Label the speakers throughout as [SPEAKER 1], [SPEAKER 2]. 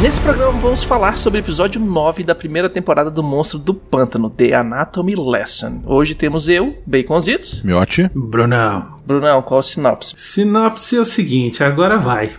[SPEAKER 1] Nesse programa vamos falar sobre o episódio 9 da primeira temporada do Monstro do Pântano, The Anatomy Lesson. Hoje temos eu, Baconzitos.
[SPEAKER 2] Miote?
[SPEAKER 3] Brunão.
[SPEAKER 1] Brunão, qual a sinopse?
[SPEAKER 3] Sinopse é o seguinte, agora vai.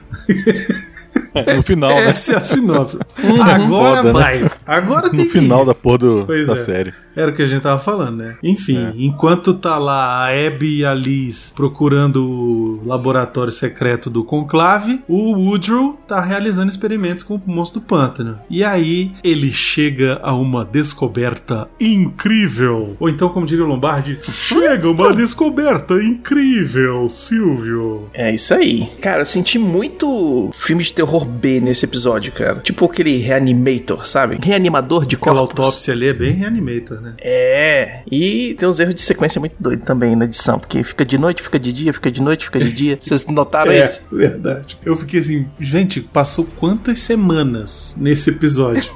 [SPEAKER 2] No final, né?
[SPEAKER 3] Essa é a sinopse. agora
[SPEAKER 2] Foda, né?
[SPEAKER 3] vai. Agora tem
[SPEAKER 2] No final
[SPEAKER 3] que...
[SPEAKER 2] da porra do-
[SPEAKER 3] Pois
[SPEAKER 2] da
[SPEAKER 3] é.
[SPEAKER 2] série.
[SPEAKER 3] Era o que a gente tava falando, né? Enfim,
[SPEAKER 2] É.
[SPEAKER 3] enquanto tá lá a Abby e a Liz procurando o laboratório secreto do Conclave, o Woodrow tá realizando experimentos com o monstro do pântano. E aí ele chega a uma descoberta incrível. Ou então, como diria o Lombardi, chega uma descoberta incrível, Silvio.
[SPEAKER 1] É isso aí. Cara, eu senti muito filme de terror B nesse episódio, cara. Tipo aquele reanimator, sabe? Reanimador de
[SPEAKER 3] Aquela
[SPEAKER 1] corpos.
[SPEAKER 3] autópsia ali é bem reanimator, né?
[SPEAKER 1] É. E tem uns erros de sequência muito doido também na edição, porque fica de noite, fica de dia, fica de noite, fica de dia. Vocês notaram
[SPEAKER 3] É,
[SPEAKER 1] isso?
[SPEAKER 3] verdade. Eu fiquei assim, gente, passou quantas semanas nesse episódio?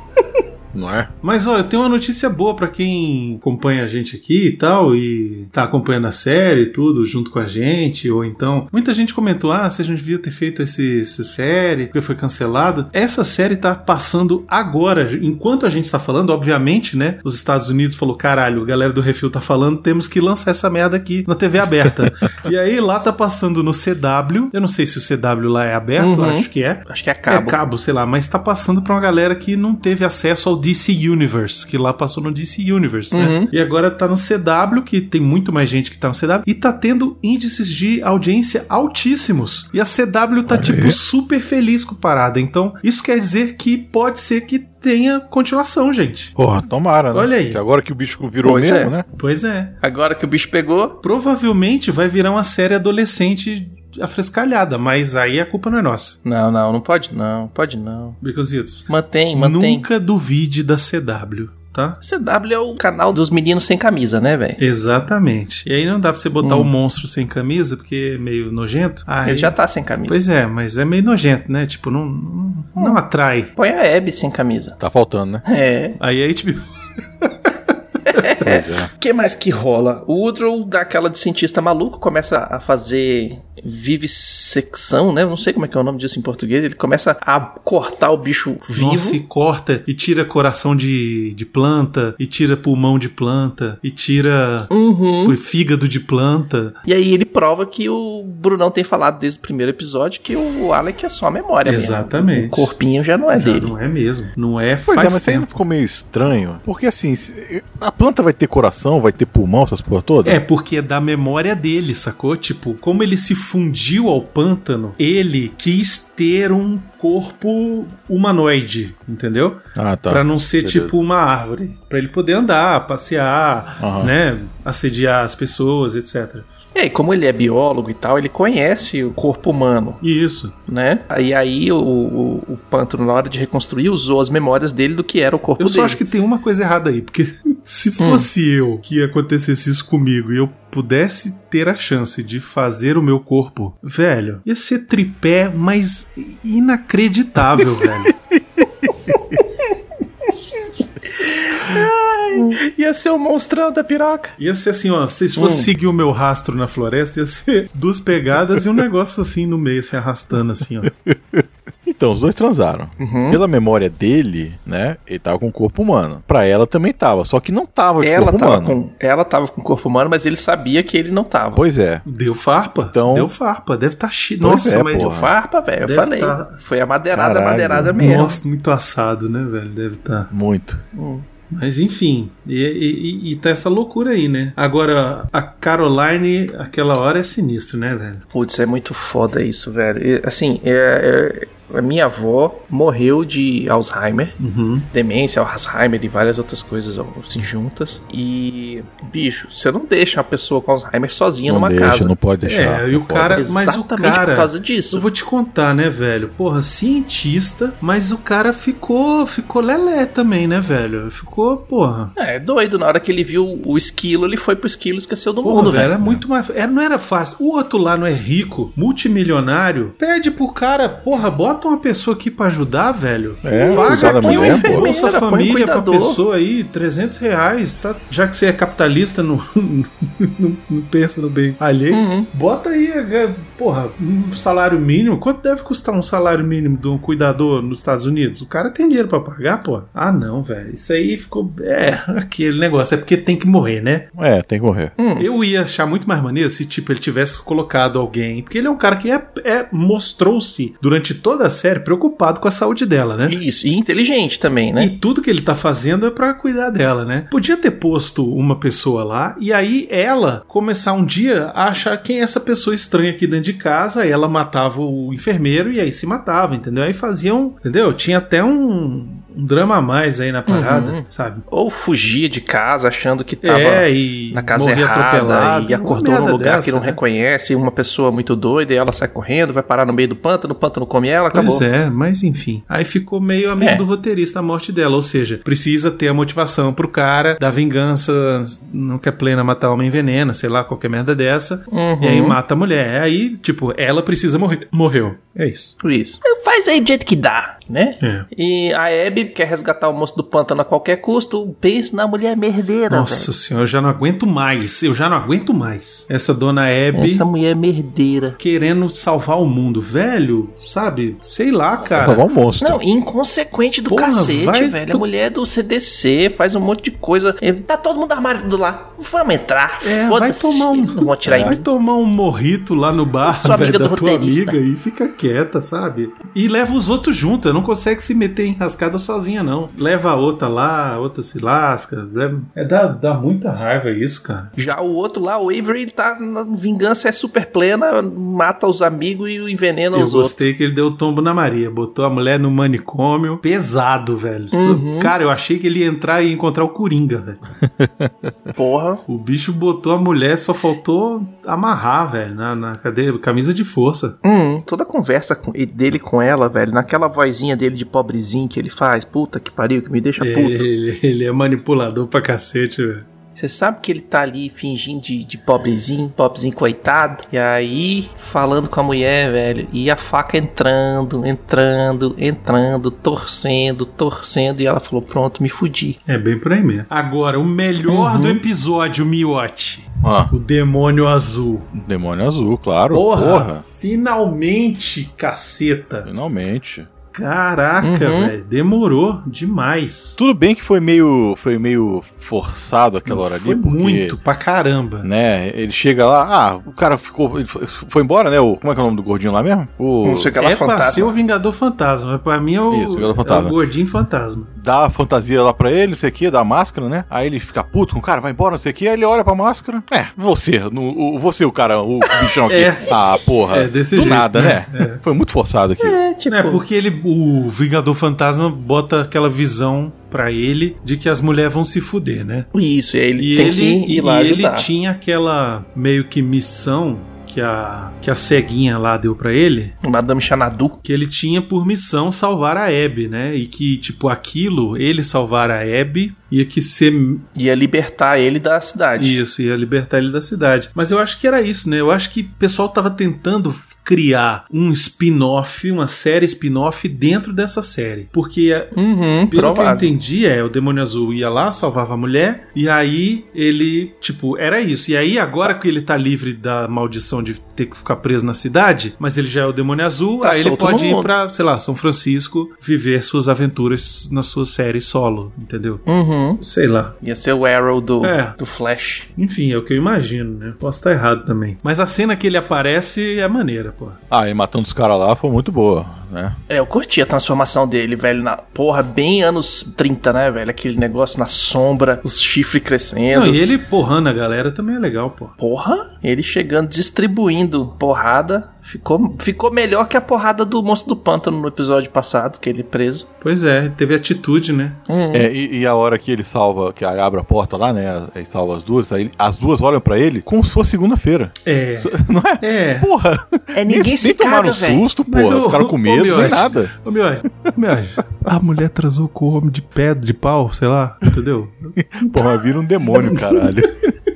[SPEAKER 2] Não é?
[SPEAKER 3] Mas ó, eu tenho uma notícia boa pra quem acompanha a gente aqui e tal, e tá acompanhando a série e tudo junto com a gente, ou então. Muita gente comentou: ah, vocês não deviam ter feito esse, essa série, porque foi cancelado. Essa série tá passando agora. Enquanto a gente tá falando, obviamente, né? Os Estados Unidos falou: caralho, a galera do Refil tá falando, temos que lançar essa merda aqui na TV aberta. e aí lá tá passando no CW. Eu não sei se o CW lá é aberto,
[SPEAKER 1] Uhum.
[SPEAKER 3] acho que é.
[SPEAKER 1] Acho que acaba.
[SPEAKER 3] É cabo, sei lá, mas tá passando pra uma galera que não teve acesso ao DC Universe, que lá passou no DC Universe,
[SPEAKER 1] Uhum.
[SPEAKER 3] né? E agora tá no CW, que tem muito mais gente que tá no CW, e tá tendo índices de audiência altíssimos. E a CW tá, tipo, super feliz com a parada. Então, isso quer dizer que pode ser que tenha continuação, gente.
[SPEAKER 2] Porra, tomara, né?
[SPEAKER 3] Olha aí.
[SPEAKER 2] Que agora que o bicho virou
[SPEAKER 1] Pois
[SPEAKER 2] mesmo,
[SPEAKER 1] é.
[SPEAKER 2] né?
[SPEAKER 3] Pois é.
[SPEAKER 1] Agora que o bicho pegou,
[SPEAKER 3] Provavelmente vai virar uma série adolescente afrescalhada, mas aí a culpa não é nossa.
[SPEAKER 1] Não, não, não pode não, pode não.
[SPEAKER 3] Bicositos,
[SPEAKER 1] Mantém, mantém.
[SPEAKER 3] nunca duvide da CW, tá?
[SPEAKER 1] CW é o canal dos meninos sem camisa, né, velho?
[SPEAKER 3] Exatamente. E aí não dá pra você botar
[SPEAKER 1] Hum.
[SPEAKER 3] o monstro sem camisa, porque é meio nojento. Aí...
[SPEAKER 1] Ele já tá sem camisa. Hum.
[SPEAKER 3] Pois é, mas é meio nojento, né? Tipo, não, não, não atrai.
[SPEAKER 1] Põe a Abby sem camisa.
[SPEAKER 2] Tá faltando, né?
[SPEAKER 1] É.
[SPEAKER 3] Aí a HBO...
[SPEAKER 2] Pois é.
[SPEAKER 1] O que mais que rola? O Woodrow dá aquela de cientista maluco, começa a fazer vivissecção, né? Eu Não sei como é que é o nome disso em português. Ele começa a cortar o bicho vivo.
[SPEAKER 3] Nossa, e corta, e tira coração de, de planta, e tira pulmão de planta, e tira
[SPEAKER 1] Uhum.
[SPEAKER 3] o fígado de planta.
[SPEAKER 1] E aí ele prova que o Brunão tem falado desde o primeiro episódio que o Alec é só a memória mesmo.
[SPEAKER 3] Exatamente.
[SPEAKER 1] O corpinho já não é
[SPEAKER 3] Já
[SPEAKER 1] dele.
[SPEAKER 3] não é mesmo. Não é
[SPEAKER 2] Pois
[SPEAKER 3] faz
[SPEAKER 2] é, mas isso aí não
[SPEAKER 3] tempo.
[SPEAKER 2] ficou meio estranho. Porque assim, se- a planta vai ter coração, vai ter pulmão, essas porra todas?
[SPEAKER 3] É, porque é da memória dele, sacou? Tipo, como ele se fundiu ao pântano, ele quis ter um corpo humanoide, entendeu?
[SPEAKER 2] Ah, tá.
[SPEAKER 3] Pra não ser
[SPEAKER 2] beleza.
[SPEAKER 3] tipo uma árvore. Pra ele poder andar, passear,
[SPEAKER 2] Aham.
[SPEAKER 3] né? Assediar as pessoas, etc.
[SPEAKER 1] E aí, como ele é biólogo e tal, ele conhece o corpo humano,
[SPEAKER 3] E isso.
[SPEAKER 1] né? E aí o, o, o pântano, na hora de reconstruir, usou as memórias dele do que era o corpo
[SPEAKER 3] Eu
[SPEAKER 1] dele.
[SPEAKER 3] só acho que tem uma coisa errada aí, porque se
[SPEAKER 2] Hum.
[SPEAKER 3] fosse eu que acontecesse isso comigo e eu pudesse ter a chance de fazer o meu corpo, velho, ia ser tripé, mas inacreditável, velho.
[SPEAKER 1] Ia ser o monstrão da piroca.
[SPEAKER 3] Ia ser assim, ó, se fosse
[SPEAKER 1] Hum.
[SPEAKER 3] seguir o meu rastro na floresta, ia ser duas pegadas e um negócio assim no meio, se arrastando assim, ó.
[SPEAKER 2] Então, os dois transaram.
[SPEAKER 1] Uhum.
[SPEAKER 2] Pela memória dele, né? Ele tava com o corpo humano. Pra ela também tava, só que não tava de
[SPEAKER 1] Ela
[SPEAKER 2] corpo
[SPEAKER 1] tava,
[SPEAKER 2] humano.
[SPEAKER 1] com, ela tava com o corpo humano, mas ele sabia que ele não tava.
[SPEAKER 2] Pois é.
[SPEAKER 3] Deu farpa?
[SPEAKER 2] Então-
[SPEAKER 3] Deu farpa, deve estar tá cheio.
[SPEAKER 2] Pois
[SPEAKER 3] Nossa,
[SPEAKER 2] é,
[SPEAKER 3] mas
[SPEAKER 2] porra.
[SPEAKER 1] Farpa, velho, eu
[SPEAKER 3] Deve
[SPEAKER 1] falei.
[SPEAKER 3] tá.
[SPEAKER 1] Foi a madeirada, a
[SPEAKER 2] Caralho.
[SPEAKER 1] madeirada mesmo.
[SPEAKER 3] Nossa, muito assado, né, velho? Deve estar.
[SPEAKER 2] Muito.
[SPEAKER 1] Hum.
[SPEAKER 3] Mas enfim, e, e- e- e tá essa loucura aí, né? Agora, a Caroline, aquela hora é sinistro, né, velho?
[SPEAKER 1] Putz, é muito foda isso, velho. E, assim, é, é- a minha avó morreu de Alzheimer,
[SPEAKER 3] Uhum.
[SPEAKER 1] demência, Alzheimer e várias outras coisas assim juntas. E, bicho, você não deixa uma pessoa com Alzheimer sozinha
[SPEAKER 2] não
[SPEAKER 1] numa
[SPEAKER 2] deixa,
[SPEAKER 1] casa.
[SPEAKER 2] não pode deixar.
[SPEAKER 3] É, e o
[SPEAKER 2] não
[SPEAKER 3] cara- mas o
[SPEAKER 1] Exatamente
[SPEAKER 3] cara-
[SPEAKER 1] por causa
[SPEAKER 3] Eu
[SPEAKER 1] disso.
[SPEAKER 3] vou te contar, né, velho? Porra, cientista, mas o cara ficou, ficou lelé também, né, velho? Ficou, porra.
[SPEAKER 1] É, é doido. Na hora que ele viu o esquilo, ele foi pro esquilo e esqueceu do
[SPEAKER 3] Porra,
[SPEAKER 1] mundo,
[SPEAKER 3] velho,
[SPEAKER 1] velho.
[SPEAKER 3] era muito mais. Era, não era fácil. O outro lá não é rico, multimilionário. Pede pro cara, porra, bota uma pessoa aqui pra ajudar, velho.
[SPEAKER 2] É,
[SPEAKER 3] Paga
[SPEAKER 2] usada
[SPEAKER 3] aqui
[SPEAKER 2] mulher, pô.
[SPEAKER 3] um Bolsa
[SPEAKER 1] Enfermeira, põe um
[SPEAKER 3] Família pra
[SPEAKER 1] cuidador.
[SPEAKER 3] pessoa aí, 300 reais, tá? Já que você é capitalista, não, não, não pensa no bem alheio.
[SPEAKER 1] Uhum.
[SPEAKER 3] Bota aí, é, porra, um salário mínimo. Quanto deve custar um salário mínimo de um cuidador nos Estados Unidos? O cara tem dinheiro pra pagar, pô? Ah, não, velho. Isso aí ficou. É, aquele negócio. É porque tem que morrer, né?
[SPEAKER 2] É, tem que morrer.
[SPEAKER 1] Hum.
[SPEAKER 3] Eu ia achar muito mais maneiro se, tipo, ele tivesse colocado alguém. Porque ele é um cara que é, é- mostrou-se durante toda a série preocupado com a saúde dela, né?
[SPEAKER 1] Isso, e inteligente também, né?
[SPEAKER 3] E tudo que ele tá fazendo é pra cuidar dela, né? Podia ter posto uma pessoa lá e aí ela começar um dia a achar quem é essa pessoa estranha aqui dentro de casa, aí ela matava o enfermeiro e aí se matava, entendeu? Aí faziam, entendeu? Tinha até um, um drama a mais aí na parada,
[SPEAKER 1] Uhum.
[SPEAKER 3] sabe?
[SPEAKER 1] Ou fugia de casa achando que tava
[SPEAKER 3] é, e
[SPEAKER 1] na casa
[SPEAKER 3] morria
[SPEAKER 1] errada
[SPEAKER 3] atropelado,
[SPEAKER 1] e
[SPEAKER 3] uma
[SPEAKER 1] acordou num
[SPEAKER 3] merda
[SPEAKER 1] lugar
[SPEAKER 3] dessa,
[SPEAKER 1] que não
[SPEAKER 3] né?
[SPEAKER 1] reconhece, uma pessoa muito doida e ela sai correndo, vai parar no meio do pântano, o pântano come ela, acabou.
[SPEAKER 3] Pois é, mas enfim. Aí ficou meio amigo
[SPEAKER 1] É.
[SPEAKER 3] do roteirista a morte dela, ou seja, precisa ter a motivação pro cara da vingança, não quer plena matar homem envenena, sei lá, qualquer merda dessa.
[SPEAKER 1] Uhum.
[SPEAKER 3] é. E aí mata a mulher. Aí, tipo, ela precisa morrer. Morreu. É isso.
[SPEAKER 1] Isso. Faz aí do jeito que dá, né?
[SPEAKER 3] É.
[SPEAKER 1] E a Abby quer resgatar o moço do pântano a qualquer custo. Pense na mulher merdeira,
[SPEAKER 3] Nossa senhora, eu já não aguento mais. Eu já não aguento mais. Essa dona
[SPEAKER 1] velho.
[SPEAKER 3] Abby
[SPEAKER 1] Essa mulher é merdeira.
[SPEAKER 3] querendo salvar o mundo. Velho, sabe? Sei lá,
[SPEAKER 2] Cara,
[SPEAKER 3] cara.
[SPEAKER 2] um monstro.
[SPEAKER 1] Não, inconsequente do
[SPEAKER 3] Porra, vai
[SPEAKER 1] cacete, velho.
[SPEAKER 3] tu-
[SPEAKER 1] A mulher é do CDC faz um monte de coisa. É, Tá todo mundo armado do lá. Vamos entrar.
[SPEAKER 3] É, vai
[SPEAKER 1] Foda-se.
[SPEAKER 3] tomar um.
[SPEAKER 1] Eles Não vão tirar em
[SPEAKER 3] Vai
[SPEAKER 1] mim.
[SPEAKER 3] tomar um morrito lá no bar,
[SPEAKER 1] Sou amiga
[SPEAKER 3] velho, da
[SPEAKER 1] do
[SPEAKER 3] tua
[SPEAKER 1] roteirista.
[SPEAKER 3] amiga e fica quieta, sabe? E leva os outros junto, ela não consegue se meter em rascada sozinha, não. Leva a outra lá, a outra se lasca. leva- É, dá, dá muita raiva isso, cara.
[SPEAKER 1] Já o outro lá, o Avery, tá na vingança é super plena, mata os amigos e envenena
[SPEAKER 3] Eu
[SPEAKER 1] os outros.
[SPEAKER 3] gostei que ele deu o tombo na Maria, botou a mulher no manicômio. Pesado, velho.
[SPEAKER 1] Uhum.
[SPEAKER 3] Cara, eu achei que ele ia entrar e encontrar o Coringa, velho.
[SPEAKER 1] Porra.
[SPEAKER 3] O bicho botou a mulher, só faltou amarrar, velho, na, na cadeira, camisa de força.
[SPEAKER 1] Hum, toda a conversa com- dele com ela, velho, naquela vozinha dele de pobrezinho que ele faz, puta que pariu, que me deixa puto.
[SPEAKER 3] Ele, ele é manipulador pra cacete, velho.
[SPEAKER 1] Você sabe que ele tá ali fingindo de, de pobrezinho, pobrezinho coitado. E aí, falando com a mulher, velho, e a faca entrando, entrando, entrando, torcendo, torcendo. E ela falou: Pronto, me fudi.
[SPEAKER 3] É bem por aí mesmo. Agora, o melhor
[SPEAKER 1] Uhum.
[SPEAKER 3] do episódio, Miote.
[SPEAKER 2] Ah,
[SPEAKER 3] O demônio azul.
[SPEAKER 2] demônio azul, claro.
[SPEAKER 3] Porra!
[SPEAKER 2] Porra!
[SPEAKER 3] Finalmente, caceta.
[SPEAKER 2] Finalmente.
[SPEAKER 3] Caraca,
[SPEAKER 1] Uhum.
[SPEAKER 3] velho. Demorou demais.
[SPEAKER 2] Tudo bem que foi meio, foi meio forçado aquela hora
[SPEAKER 3] Foi
[SPEAKER 2] ali, porque...
[SPEAKER 3] muito, pra caramba.
[SPEAKER 2] Né, ele chega lá, ah, o cara ficou. Ele foi foi embora, né? O, como é que é o nome do gordinho lá mesmo? O,
[SPEAKER 1] Não sei o que ela
[SPEAKER 3] É pra
[SPEAKER 1] fantasma.
[SPEAKER 3] ser o Vingador Fantasma. Pra mim é o,
[SPEAKER 2] Isso, Vingador
[SPEAKER 3] é o
[SPEAKER 2] Fantasma.
[SPEAKER 3] Gordinho Fantasma.
[SPEAKER 2] dá a fantasia lá pra ele, não sei o que, dá a máscara, né? Aí ele fica puto com o cara, vai embora, não sei o que, aí ele olha pra máscara. É, você, no, o, você, o cara, o bichão aqui.
[SPEAKER 3] É.
[SPEAKER 2] Ah, porra.
[SPEAKER 3] É, desse
[SPEAKER 2] do
[SPEAKER 3] jeito,
[SPEAKER 2] nada,
[SPEAKER 3] né?
[SPEAKER 2] né? Foi muito forçado aqui.
[SPEAKER 1] É, tipo,
[SPEAKER 3] É, porque ele, o Vingador Fantasma bota aquela visão pra ele de que as mulheres vão se fuder, né?
[SPEAKER 1] isso. E aí ele
[SPEAKER 3] E
[SPEAKER 1] tem
[SPEAKER 3] ele,
[SPEAKER 1] que ir lá
[SPEAKER 3] e ele
[SPEAKER 1] ajudar.
[SPEAKER 3] tinha aquela meio que missão que a, que a ceguinha lá deu pra ele.
[SPEAKER 1] Madame Xanadu.
[SPEAKER 3] Que ele tinha por missão salvar a Abby, né? E que, tipo, aquilo, ele salvar a Abby, ia que ser.
[SPEAKER 1] ia libertar ele da cidade.
[SPEAKER 3] Isso, ia libertar ele da cidade. Mas eu acho que era isso, né? Eu acho que o pessoal tava tentando criar um spin-off, uma série spin-off dentro dessa série. Porque a-
[SPEAKER 1] Uhum,
[SPEAKER 3] pelo que
[SPEAKER 1] provável.
[SPEAKER 3] eu entendi, é, o demônio azul ia lá, salvava a mulher, e aí ele, tipo, era isso. E aí, agora que ele tá livre da maldição de ter que ficar preso na cidade, mas ele já é o demônio azul,
[SPEAKER 1] Tá
[SPEAKER 3] aí ele
[SPEAKER 1] solto
[SPEAKER 3] pode
[SPEAKER 1] no
[SPEAKER 3] ir
[SPEAKER 1] mundo.
[SPEAKER 3] pra, sei lá, São Francisco viver suas aventuras na sua série solo, entendeu?
[SPEAKER 1] Uhum.
[SPEAKER 3] Sei lá.
[SPEAKER 1] Ia ser o Arrow do,
[SPEAKER 3] É.
[SPEAKER 1] do Flash.
[SPEAKER 3] Enfim, é o que eu imagino, né? Posso estar errado também. Mas a cena que ele aparece é maneira, pô.
[SPEAKER 2] Ah, ele matando os caras lá foi muito boa. né?
[SPEAKER 1] É, eu curti a transformação dele, velho, na porra, bem anos 30, né, velho? Aquele negócio na sombra, os chifres crescendo.
[SPEAKER 3] Não, e ele porrando a galera também é legal, pô.
[SPEAKER 1] Porra, ele chegando, distribuindo porrada. Ficou, ficou melhor que a porrada do monstro do pântano no episódio passado, que ele preso.
[SPEAKER 3] Pois é, teve atitude, né?
[SPEAKER 1] Hum.
[SPEAKER 2] É, e, e a hora que ele salva, que abre a porta lá, né? E salva as duas, aí as duas olham pra ele como se fosse segunda-feira.
[SPEAKER 3] É.
[SPEAKER 2] Não é?
[SPEAKER 3] É.
[SPEAKER 2] Porra!
[SPEAKER 1] É, ninguém
[SPEAKER 2] nem,
[SPEAKER 1] se
[SPEAKER 2] nem tomaram
[SPEAKER 1] caga, velho.
[SPEAKER 2] susto,
[SPEAKER 3] Mas
[SPEAKER 2] porra.
[SPEAKER 3] o-
[SPEAKER 2] ficaram com
[SPEAKER 3] o
[SPEAKER 2] medo, nem
[SPEAKER 3] Miotti-
[SPEAKER 2] nada.
[SPEAKER 3] Ô, Mioy, a mulher transou com o homem de pedra, de pau, sei lá, entendeu?
[SPEAKER 2] Porra, vira um demônio, caralho.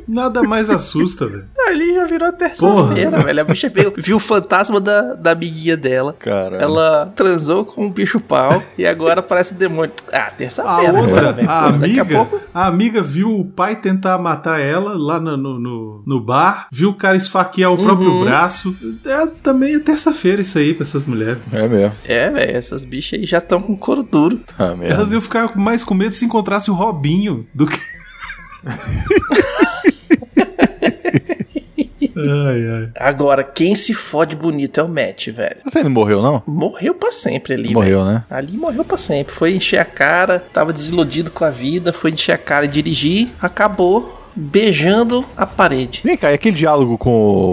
[SPEAKER 3] Nada mais assusta, velho.
[SPEAKER 1] Ali já virou terça-feira,
[SPEAKER 3] Porra.
[SPEAKER 1] velho. A bicha veio, viu o fantasma da, da amiguinha dela.
[SPEAKER 3] É.
[SPEAKER 2] Cara.
[SPEAKER 1] Ela transou com um bicho pau e agora parece um demônio. Ah,
[SPEAKER 3] A
[SPEAKER 1] terça-feira. agora,
[SPEAKER 3] outra,
[SPEAKER 1] velho.
[SPEAKER 3] a
[SPEAKER 1] Daqui a
[SPEAKER 3] amiga,
[SPEAKER 1] pouco.
[SPEAKER 3] a amiga viu o pai tentar matar ela lá no, no, no- no bar, viu o cara esfaquear o próprio braço. É, também é terça-feira isso aí pra essas mulheres.
[SPEAKER 2] É mesmo.
[SPEAKER 1] É, velho, essas bichas aí já estão com couro duro.
[SPEAKER 2] Tá merda.
[SPEAKER 3] Elas iam ficar mais com medo se encontrasse o Robinho do que. ai, ai.
[SPEAKER 1] Agora, quem se fode bonito é o Matt, velho.
[SPEAKER 2] Você não morreu, não?
[SPEAKER 1] Morreu pra sempre ali, velho.
[SPEAKER 2] morreu, né?
[SPEAKER 1] Ali morreu pra sempre. Foi encher a cara, tava desiludido com a vida, foi encher a cara e dirigir, acabou beijando a parede.
[SPEAKER 2] Vem cá, e aquele diálogo com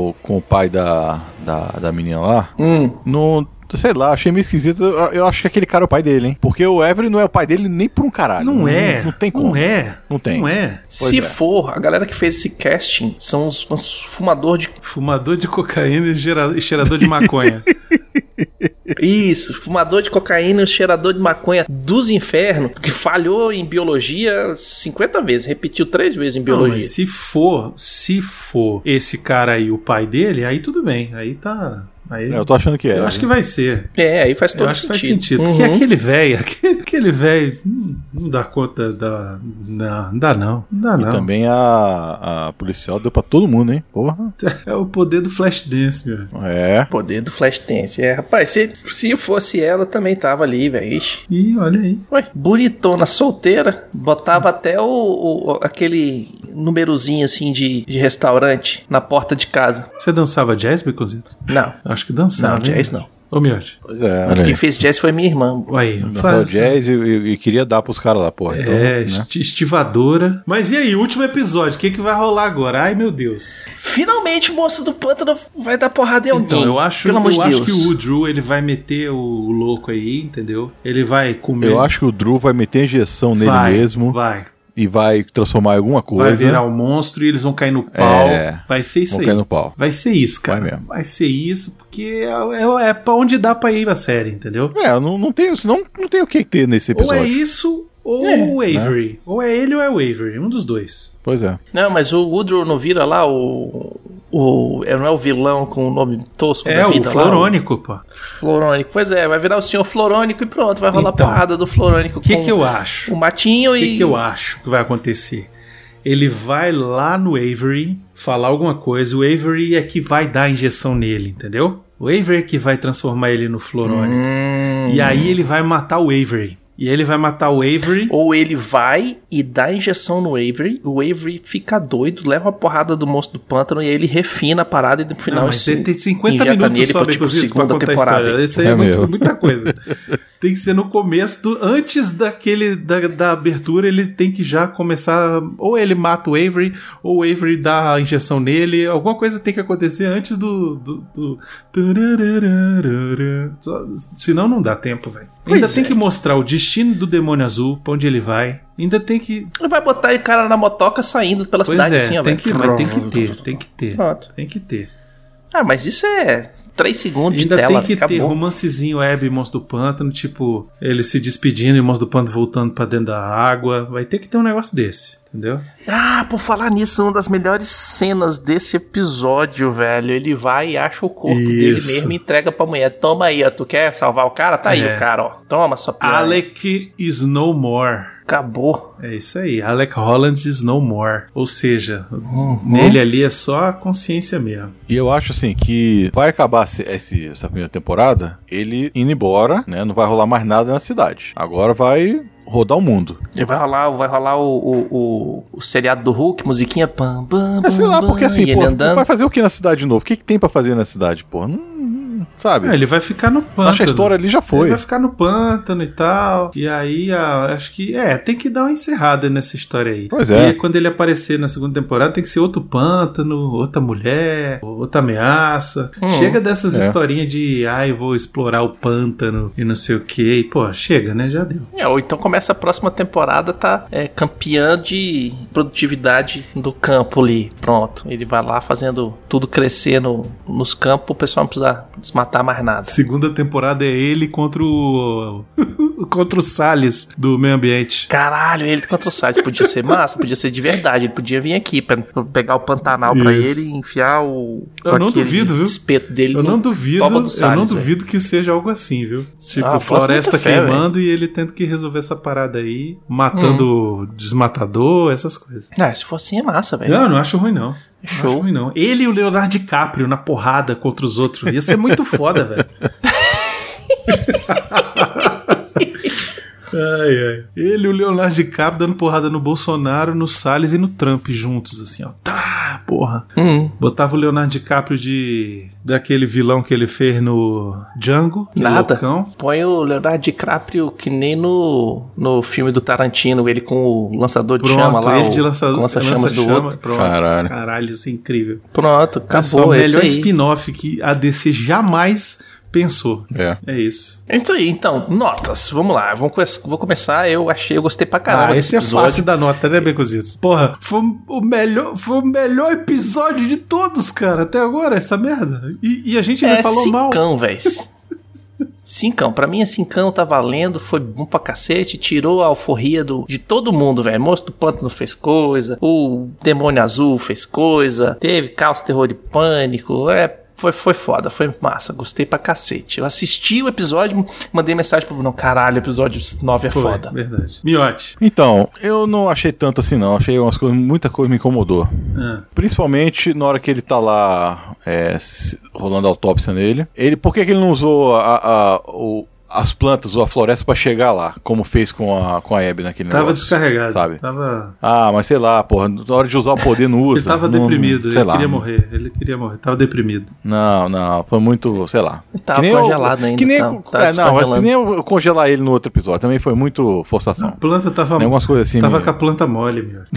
[SPEAKER 2] o, com o pai da, da, da menina lá,
[SPEAKER 1] Hum,
[SPEAKER 2] não. Sei lá, achei meio esquisito. Eu eu acho que aquele cara é o pai dele, hein? Porque o Everett não é o pai dele nem por um caralho.
[SPEAKER 3] Não é.
[SPEAKER 2] Não, tem como.
[SPEAKER 3] Não é.
[SPEAKER 2] Não tem.
[SPEAKER 3] Não é.
[SPEAKER 1] se
[SPEAKER 2] é.
[SPEAKER 1] for, a galera que fez esse casting são os, os fumadores de.
[SPEAKER 3] Fumador de cocaína e gera- e cheirador de maconha.
[SPEAKER 1] Isso, fumador de cocaína e cheirador de maconha dos infernos, que falhou em biologia 50 vezes, repetiu três vezes em
[SPEAKER 3] Não,
[SPEAKER 1] biologia.
[SPEAKER 3] mas se for, se for esse cara aí, o pai dele, aí tudo bem. Aí tá. Aí,
[SPEAKER 2] É, eu tô achando que é.
[SPEAKER 3] eu acho que vai ser.
[SPEAKER 1] É, aí faz
[SPEAKER 3] Eu
[SPEAKER 1] todo
[SPEAKER 3] acho
[SPEAKER 1] sentido.
[SPEAKER 3] que faz sentido.
[SPEAKER 1] Uhum.
[SPEAKER 3] Porque aquele velho, aquele, aquele velho, hum, não dá conta da. Não, não dá não. Não dá
[SPEAKER 2] E
[SPEAKER 3] não.
[SPEAKER 2] também a, a policial deu pra todo mundo, hein? Porra.
[SPEAKER 3] É o poder do Flashdance, meu.
[SPEAKER 2] É.
[SPEAKER 1] Poder do Flashdance. É, rapaz, se, se fosse ela, também tava ali, velho. Ixi.
[SPEAKER 3] Ih, olha aí.
[SPEAKER 1] Ué, bonitona, solteira, botava até o, o- o- aquele númerozinho assim de, de restaurante na porta de casa.
[SPEAKER 3] Você dançava jazz, Beconzito?
[SPEAKER 1] Não,
[SPEAKER 3] Acho que dançava.
[SPEAKER 1] não,
[SPEAKER 3] hein?
[SPEAKER 1] jazz não.
[SPEAKER 3] Ô, Miotti.
[SPEAKER 2] Pois é. Olha
[SPEAKER 1] Quem
[SPEAKER 2] aí.
[SPEAKER 1] fez jazz foi minha irmã.
[SPEAKER 3] Aí,
[SPEAKER 2] Dançava
[SPEAKER 3] faz- né?
[SPEAKER 2] jazz e, e- e queria dar pros caras lá, porra. Então,
[SPEAKER 3] É,
[SPEAKER 2] né?
[SPEAKER 3] esti- estivadora. Mas e aí, último episódio, o que, que vai rolar agora? Ai, meu Deus.
[SPEAKER 1] Finalmente o monstro do pântano vai dar porrada em alguém.
[SPEAKER 3] Então, eu acho,
[SPEAKER 1] Pelo amor de
[SPEAKER 3] eu acho
[SPEAKER 1] Deus.
[SPEAKER 3] que o Drew ele vai meter o louco aí, entendeu? Ele vai comer.
[SPEAKER 2] Eu acho que o Drew vai meter injeção nele
[SPEAKER 3] vai,
[SPEAKER 2] mesmo
[SPEAKER 3] Vai.
[SPEAKER 2] e vai transformar em alguma coisa.
[SPEAKER 3] Vai virar o monstro e eles vão cair no pau.
[SPEAKER 2] É.
[SPEAKER 3] Vai ser isso
[SPEAKER 2] Vão
[SPEAKER 3] aí.
[SPEAKER 2] cair no pau.
[SPEAKER 3] Vai ser isso, cara.
[SPEAKER 2] Vai mesmo.
[SPEAKER 3] ser isso, porque é, é, é pra onde dá pra ir a série, entendeu?
[SPEAKER 2] É, eu não, não tenho, senão não tem o que ter nesse
[SPEAKER 3] Ou é
[SPEAKER 2] episódio. né?
[SPEAKER 3] isso, ou
[SPEAKER 1] É,
[SPEAKER 3] o Avery. Ou é ele ou é o Avery. Um dos dois.
[SPEAKER 2] Pois é.
[SPEAKER 1] Não, mas o Woodrow não vira lá o. o é, não é o vilão com o nome tosco
[SPEAKER 3] É,
[SPEAKER 1] da
[SPEAKER 3] o
[SPEAKER 1] vida lá?
[SPEAKER 3] Florônico, pô.
[SPEAKER 1] o Florônico. Pois é, vai virar o senhor Florônico e pronto, vai rolar
[SPEAKER 3] Então,
[SPEAKER 1] porrada do Florônico
[SPEAKER 3] O que,
[SPEAKER 1] com
[SPEAKER 3] que eu acho?
[SPEAKER 1] o Matinho
[SPEAKER 3] O
[SPEAKER 1] e.
[SPEAKER 3] que, que eu acho que vai acontecer? Ele vai lá no Avery falar alguma coisa. O Avery é que vai dar a injeção nele, entendeu? O Avery é que vai transformar ele no Florônico.
[SPEAKER 1] Hum.
[SPEAKER 3] E aí ele vai matar o Avery. E ele vai matar o Avery.
[SPEAKER 1] Ou ele vai e dá a injeção no Avery, o Avery fica doido, leva a porrada do monstro do pântano e aí ele refina a parada e no final
[SPEAKER 3] Não, Ah, mas você
[SPEAKER 1] assim,
[SPEAKER 3] tem 50
[SPEAKER 1] injeta
[SPEAKER 3] minutos
[SPEAKER 1] nele
[SPEAKER 3] só
[SPEAKER 1] pra,
[SPEAKER 3] bem
[SPEAKER 1] tipo,
[SPEAKER 3] cozido pra
[SPEAKER 1] segunda
[SPEAKER 3] contar a
[SPEAKER 1] temporada.
[SPEAKER 3] história. Isso aí é,
[SPEAKER 2] É
[SPEAKER 3] muito-
[SPEAKER 2] meu.
[SPEAKER 3] muita coisa. tem que ser no começo, do, antes daquele da, da abertura, ele tem que já começar. Ou ele mata o Avery, ou o Avery dá a injeção nele. Alguma coisa tem que acontecer antes do. do, do... Tararararara. Só- Senão não dá tempo, velho.
[SPEAKER 1] Pois
[SPEAKER 3] Ainda
[SPEAKER 1] é.
[SPEAKER 3] tem que mostrar o destino do demônio azul, pra onde ele vai. Ainda tem que.
[SPEAKER 1] Ele vai botar o cara na motoca saindo pela
[SPEAKER 3] Pois
[SPEAKER 1] cidade
[SPEAKER 3] é,
[SPEAKER 1] assim, ó,
[SPEAKER 3] tem
[SPEAKER 1] velho.
[SPEAKER 3] que, mas tem que ter, tem que ter.
[SPEAKER 1] Pronto.
[SPEAKER 3] Tem que ter.
[SPEAKER 1] Ah, mas isso é 3 segundos
[SPEAKER 3] Ainda
[SPEAKER 1] de tela,
[SPEAKER 3] tem que ter
[SPEAKER 1] acabou.
[SPEAKER 3] romancezinho web e Monstro do Pântano, tipo, ele se despedindo e o Monstro do Pântano voltando pra dentro da água. Vai ter que ter um negócio desse, entendeu?
[SPEAKER 1] Ah, por falar nisso, uma das melhores cenas desse episódio, velho. Ele vai e acha o corpo
[SPEAKER 3] Isso.
[SPEAKER 1] dele mesmo e entrega pra mulher. Toma aí, ó. Tu quer salvar o cara? Tá aí
[SPEAKER 3] É.
[SPEAKER 1] o cara, ó. Toma sua piranha.
[SPEAKER 3] Alec is no more.
[SPEAKER 1] Acabou.
[SPEAKER 3] É isso aí, Alec Holland is no more. Ou seja,
[SPEAKER 1] Hum?
[SPEAKER 2] Hum,
[SPEAKER 3] nele ali é só a consciência mesmo.
[SPEAKER 2] E eu acho assim que vai acabar se- esse- essa primeira temporada, ele indo embora, né? Não vai rolar mais nada na cidade. Agora vai rodar o mundo.
[SPEAKER 1] E vai rolar, vai rolar o, o, o, o seriado do Hulk, musiquinha pam, pam,
[SPEAKER 2] É, sei
[SPEAKER 1] pam,
[SPEAKER 2] lá, porque
[SPEAKER 1] pam,
[SPEAKER 2] assim,
[SPEAKER 1] e
[SPEAKER 2] pô,
[SPEAKER 1] ele andando.
[SPEAKER 2] vai fazer o que na cidade de novo? O que, que tem pra fazer na cidade, pô? Não, não, sabe?
[SPEAKER 3] É, ele vai ficar no pântano.
[SPEAKER 2] Acho que a história ali já
[SPEAKER 3] Ele
[SPEAKER 2] foi.
[SPEAKER 3] vai ficar no pântano e tal. E aí, a- acho que. É, tem que dar uma encerrada nessa história aí.
[SPEAKER 2] Pois é.
[SPEAKER 3] E aí, quando ele aparecer na segunda temporada, tem que ser outro pântano, outra mulher, outra ameaça.
[SPEAKER 1] Hum.
[SPEAKER 3] Chega dessas
[SPEAKER 2] É.
[SPEAKER 3] historinhas de. Ah, eu vou explorar o pântano e não sei o que. Pô, chega, né? Já deu.
[SPEAKER 1] É, ou então começa a próxima temporada, tá é, campeã de produtividade do campo ali. Pronto. Ele vai lá fazendo tudo crescer no- nos campos, o pessoal não precisa desmatar mais nada.
[SPEAKER 3] Segunda temporada é ele contra o. contra o Salles do meio ambiente.
[SPEAKER 1] Caralho, ele contra o Salles podia ser massa, podia ser de verdade. Ele podia vir aqui pra pra pegar o Pantanal pra
[SPEAKER 3] Isso.
[SPEAKER 1] ele e enfiar o.
[SPEAKER 3] Eu não
[SPEAKER 1] aquele
[SPEAKER 3] duvido, viu?
[SPEAKER 1] Espeto dele.
[SPEAKER 3] Eu
[SPEAKER 1] no-
[SPEAKER 3] não duvido,
[SPEAKER 1] toba do
[SPEAKER 3] eu não
[SPEAKER 1] Salles, velho.
[SPEAKER 3] duvido que seja algo assim, viu? Tipo,
[SPEAKER 1] Ah, bota
[SPEAKER 3] floresta
[SPEAKER 1] muita fé,
[SPEAKER 3] queimando e ele tendo que resolver essa parada aí, matando
[SPEAKER 1] Hum.
[SPEAKER 3] o desmatador, essas coisas.
[SPEAKER 1] Ah, se for assim é massa, velho.
[SPEAKER 3] Não, eu não acho ruim não. Não acho
[SPEAKER 1] Show.
[SPEAKER 3] ruim não. Ele e o Leonardo DiCaprio na porrada contra os outros. Ia ser muito foda, velho. Ai, ai. Ele e o Leonardo DiCaprio dando porrada no Bolsonaro, no Salles e no Trump juntos, assim, ó. Tá, porra.
[SPEAKER 1] Hum,
[SPEAKER 3] Botava o Leonardo DiCaprio de. daquele vilão que ele fez no Django. que é
[SPEAKER 1] Nada.
[SPEAKER 3] Loucão.
[SPEAKER 1] põe o Leonardo DiCaprio que nem no, no filme do Tarantino, ele com o lançador de
[SPEAKER 3] Pronto,
[SPEAKER 1] chama lá.
[SPEAKER 3] ele
[SPEAKER 1] o-
[SPEAKER 3] de lançador.
[SPEAKER 1] com lança-chamas
[SPEAKER 3] lança
[SPEAKER 1] do outro.
[SPEAKER 3] Pronto.
[SPEAKER 2] Caralho.
[SPEAKER 3] Caralho, isso é incrível.
[SPEAKER 1] Pronto,
[SPEAKER 3] Esse é o
[SPEAKER 1] acabou esse
[SPEAKER 3] melhor
[SPEAKER 1] aí.
[SPEAKER 3] spin-off que a DC jamais pensou.
[SPEAKER 2] É.
[SPEAKER 3] É isso.
[SPEAKER 1] É isso aí, então, notas. Vamos lá, vamos, co- vou começar. Eu achei, eu gostei pra caralho.
[SPEAKER 3] ah,
[SPEAKER 1] desse
[SPEAKER 3] esse é
[SPEAKER 1] episódio.
[SPEAKER 3] fácil da nota, né, Becozis? Porra, foi o, melhor, foi o melhor episódio de todos, cara, até agora, essa merda. E, e a gente ainda
[SPEAKER 1] é
[SPEAKER 3] falou mal.
[SPEAKER 1] cincão, velho. Cincão, pra mim é cincão, tá valendo, foi bom pra cacete, tirou a alforria do, de todo mundo, velho. Monstro do Pântano fez coisa, o Demônio Azul fez coisa, teve Caos, Terror e Pânico, é, foi, foi foda, foi massa, gostei pra cacete. Eu assisti o episódio, mandei mensagem pro não, caralho, episódio 9 é
[SPEAKER 3] Foi,
[SPEAKER 1] foda.
[SPEAKER 3] verdade. Miote.
[SPEAKER 2] Então, eu não achei tanto assim, não. Achei umas coisas, muita coisa me incomodou.
[SPEAKER 3] Ah,
[SPEAKER 2] Principalmente na hora que ele tá lá é, se- rolando a autópsia nele. Ele, por que, que ele não usou a- a- o- as plantas ou a floresta pra chegar lá, como fez com a, com a Abby naquele
[SPEAKER 3] tava
[SPEAKER 2] negócio?
[SPEAKER 3] descarregado.
[SPEAKER 2] Sabe?
[SPEAKER 3] Tava...
[SPEAKER 2] Ah, mas sei lá, porra, na hora de usar o poder não usa.
[SPEAKER 3] Ele tava
[SPEAKER 2] Não-
[SPEAKER 3] deprimido,
[SPEAKER 2] sei
[SPEAKER 3] ele
[SPEAKER 2] lá.
[SPEAKER 3] queria morrer. Ele queria morrer, tava deprimido.
[SPEAKER 2] Não, não, foi muito, sei lá.
[SPEAKER 1] Tava
[SPEAKER 2] o-
[SPEAKER 1] congelado ainda,
[SPEAKER 2] Que nem,
[SPEAKER 1] tá- tá
[SPEAKER 2] é, não, mas que
[SPEAKER 1] descongelando.
[SPEAKER 2] nem eu congelar ele no outro episódio, também foi muito
[SPEAKER 3] A
[SPEAKER 2] forçação.
[SPEAKER 3] planta tava.
[SPEAKER 2] Tem algumas coisas assim,
[SPEAKER 3] tava
[SPEAKER 2] meio-
[SPEAKER 3] com a planta mole, Miote.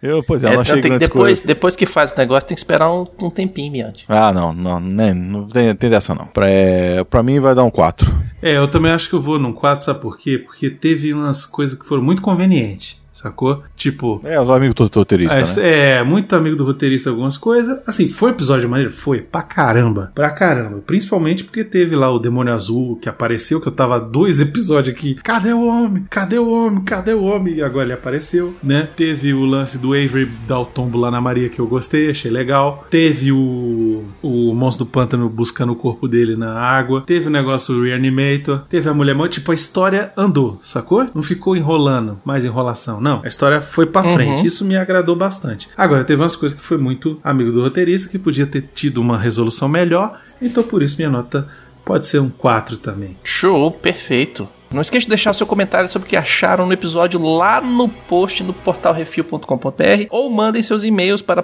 [SPEAKER 2] Eu, pois é,
[SPEAKER 1] É,
[SPEAKER 2] não achei
[SPEAKER 1] tem que-
[SPEAKER 2] grandes coisas.
[SPEAKER 1] depois, depois que faz o negócio, tem que esperar um, um tempinho, Miante.
[SPEAKER 2] Ah, não, não, né, não tem, tem dessa não. Pra, é, pra mim vai dar um 4.
[SPEAKER 3] É, eu também acho que eu vou num 4, sabe por quê? Porque teve umas coisas que foram muito convenientes, sacou? Tipo,
[SPEAKER 2] É, os amigos todo
[SPEAKER 3] Ah,
[SPEAKER 2] roteiristas,
[SPEAKER 3] isso-
[SPEAKER 2] né?
[SPEAKER 3] É, muito amigo do roteirista algumas coisas. Assim, foi um episódio maneiro? Foi, pra caramba. Pra caramba. Principalmente porque teve lá o Demônio Azul que apareceu, que eu tava dois episódios aqui. Cadê o homem? Cadê o homem? Cadê o homem? E agora ele apareceu, né? Teve o lance do Avery dar o tombo lá na Maria que eu gostei, achei legal. Teve o, o monstro do pântano buscando o corpo dele na água. Teve o negócio do Reanimator. Teve a Mulher Mãe. Tipo, a história andou, sacou? Não ficou enrolando, mais enrolação. Não, a história foi pra
[SPEAKER 1] Uhum.
[SPEAKER 3] frente. Isso me agradou bastante. Agora, teve umas coisas que foi muito amigo do roteirista, que podia ter tido uma resolução melhor, então por isso minha nota pode ser um 4 também.
[SPEAKER 1] Show, perfeito. Não esqueça de deixar o seu comentário sobre o que acharam no episódio lá no post no portalrefil.com.br ou mandem seus e-mails para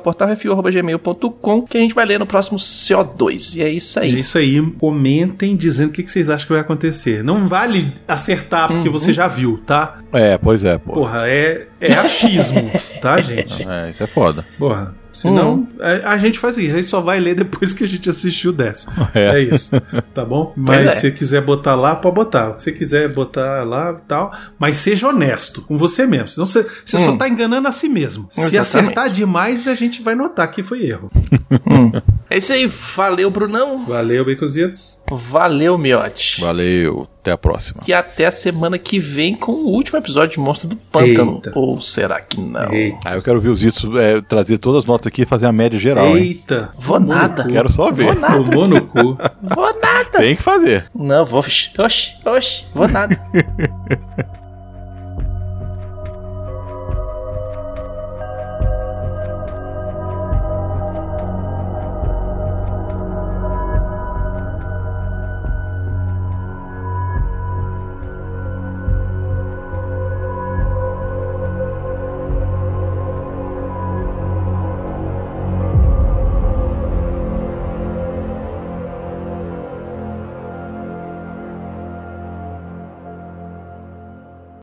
[SPEAKER 1] portalrefil.gmail.com que a gente vai ler no próximo CO2. E é isso
[SPEAKER 3] É
[SPEAKER 1] aí.
[SPEAKER 3] isso aí, comentem dizendo o que que vocês acham que vai acontecer. Não vale acertar porque
[SPEAKER 1] Uhum.
[SPEAKER 3] você já viu, tá?
[SPEAKER 2] É, pois é, pô.
[SPEAKER 3] Porra, é, é achismo, tá, gente?
[SPEAKER 2] É, isso é foda.
[SPEAKER 3] Porra, senão
[SPEAKER 1] Uhum.
[SPEAKER 3] a, a gente faz o seguinte, a gente só vai ler depois que a gente assistiu dessa. É,
[SPEAKER 2] É.
[SPEAKER 3] isso, tá bom? Mas
[SPEAKER 1] é.
[SPEAKER 3] se você quiser botar lá, pode botar. Se você quiser botar lá e tal. Mas seja honesto com você mesmo. Senão você, você só
[SPEAKER 1] Hum.
[SPEAKER 3] tá enganando a si mesmo. Se
[SPEAKER 1] Exatamente.
[SPEAKER 3] acertar demais, a gente vai notar que foi erro.
[SPEAKER 1] Hum. É isso aí. Valeu, Brunão.
[SPEAKER 3] Valeu, Baconzitos.
[SPEAKER 1] Valeu, Miote.
[SPEAKER 2] Valeu, até a próxima.
[SPEAKER 1] E até a semana que vem com o último episódio de Monstro do Pântano.
[SPEAKER 3] Eita.
[SPEAKER 1] Ou será que não?
[SPEAKER 3] Eita.
[SPEAKER 2] Ah, eu quero ver os Itos é, trazer todas as notas aqui e fazer a média geral, hein?
[SPEAKER 3] Eita.
[SPEAKER 1] Vou nada.
[SPEAKER 2] Quero só ver.
[SPEAKER 1] Vou nada.
[SPEAKER 3] Tomou no cu.
[SPEAKER 1] Vou nada.
[SPEAKER 2] Tem que fazer.
[SPEAKER 1] Não, vou. Oxi, oxi, vou nada.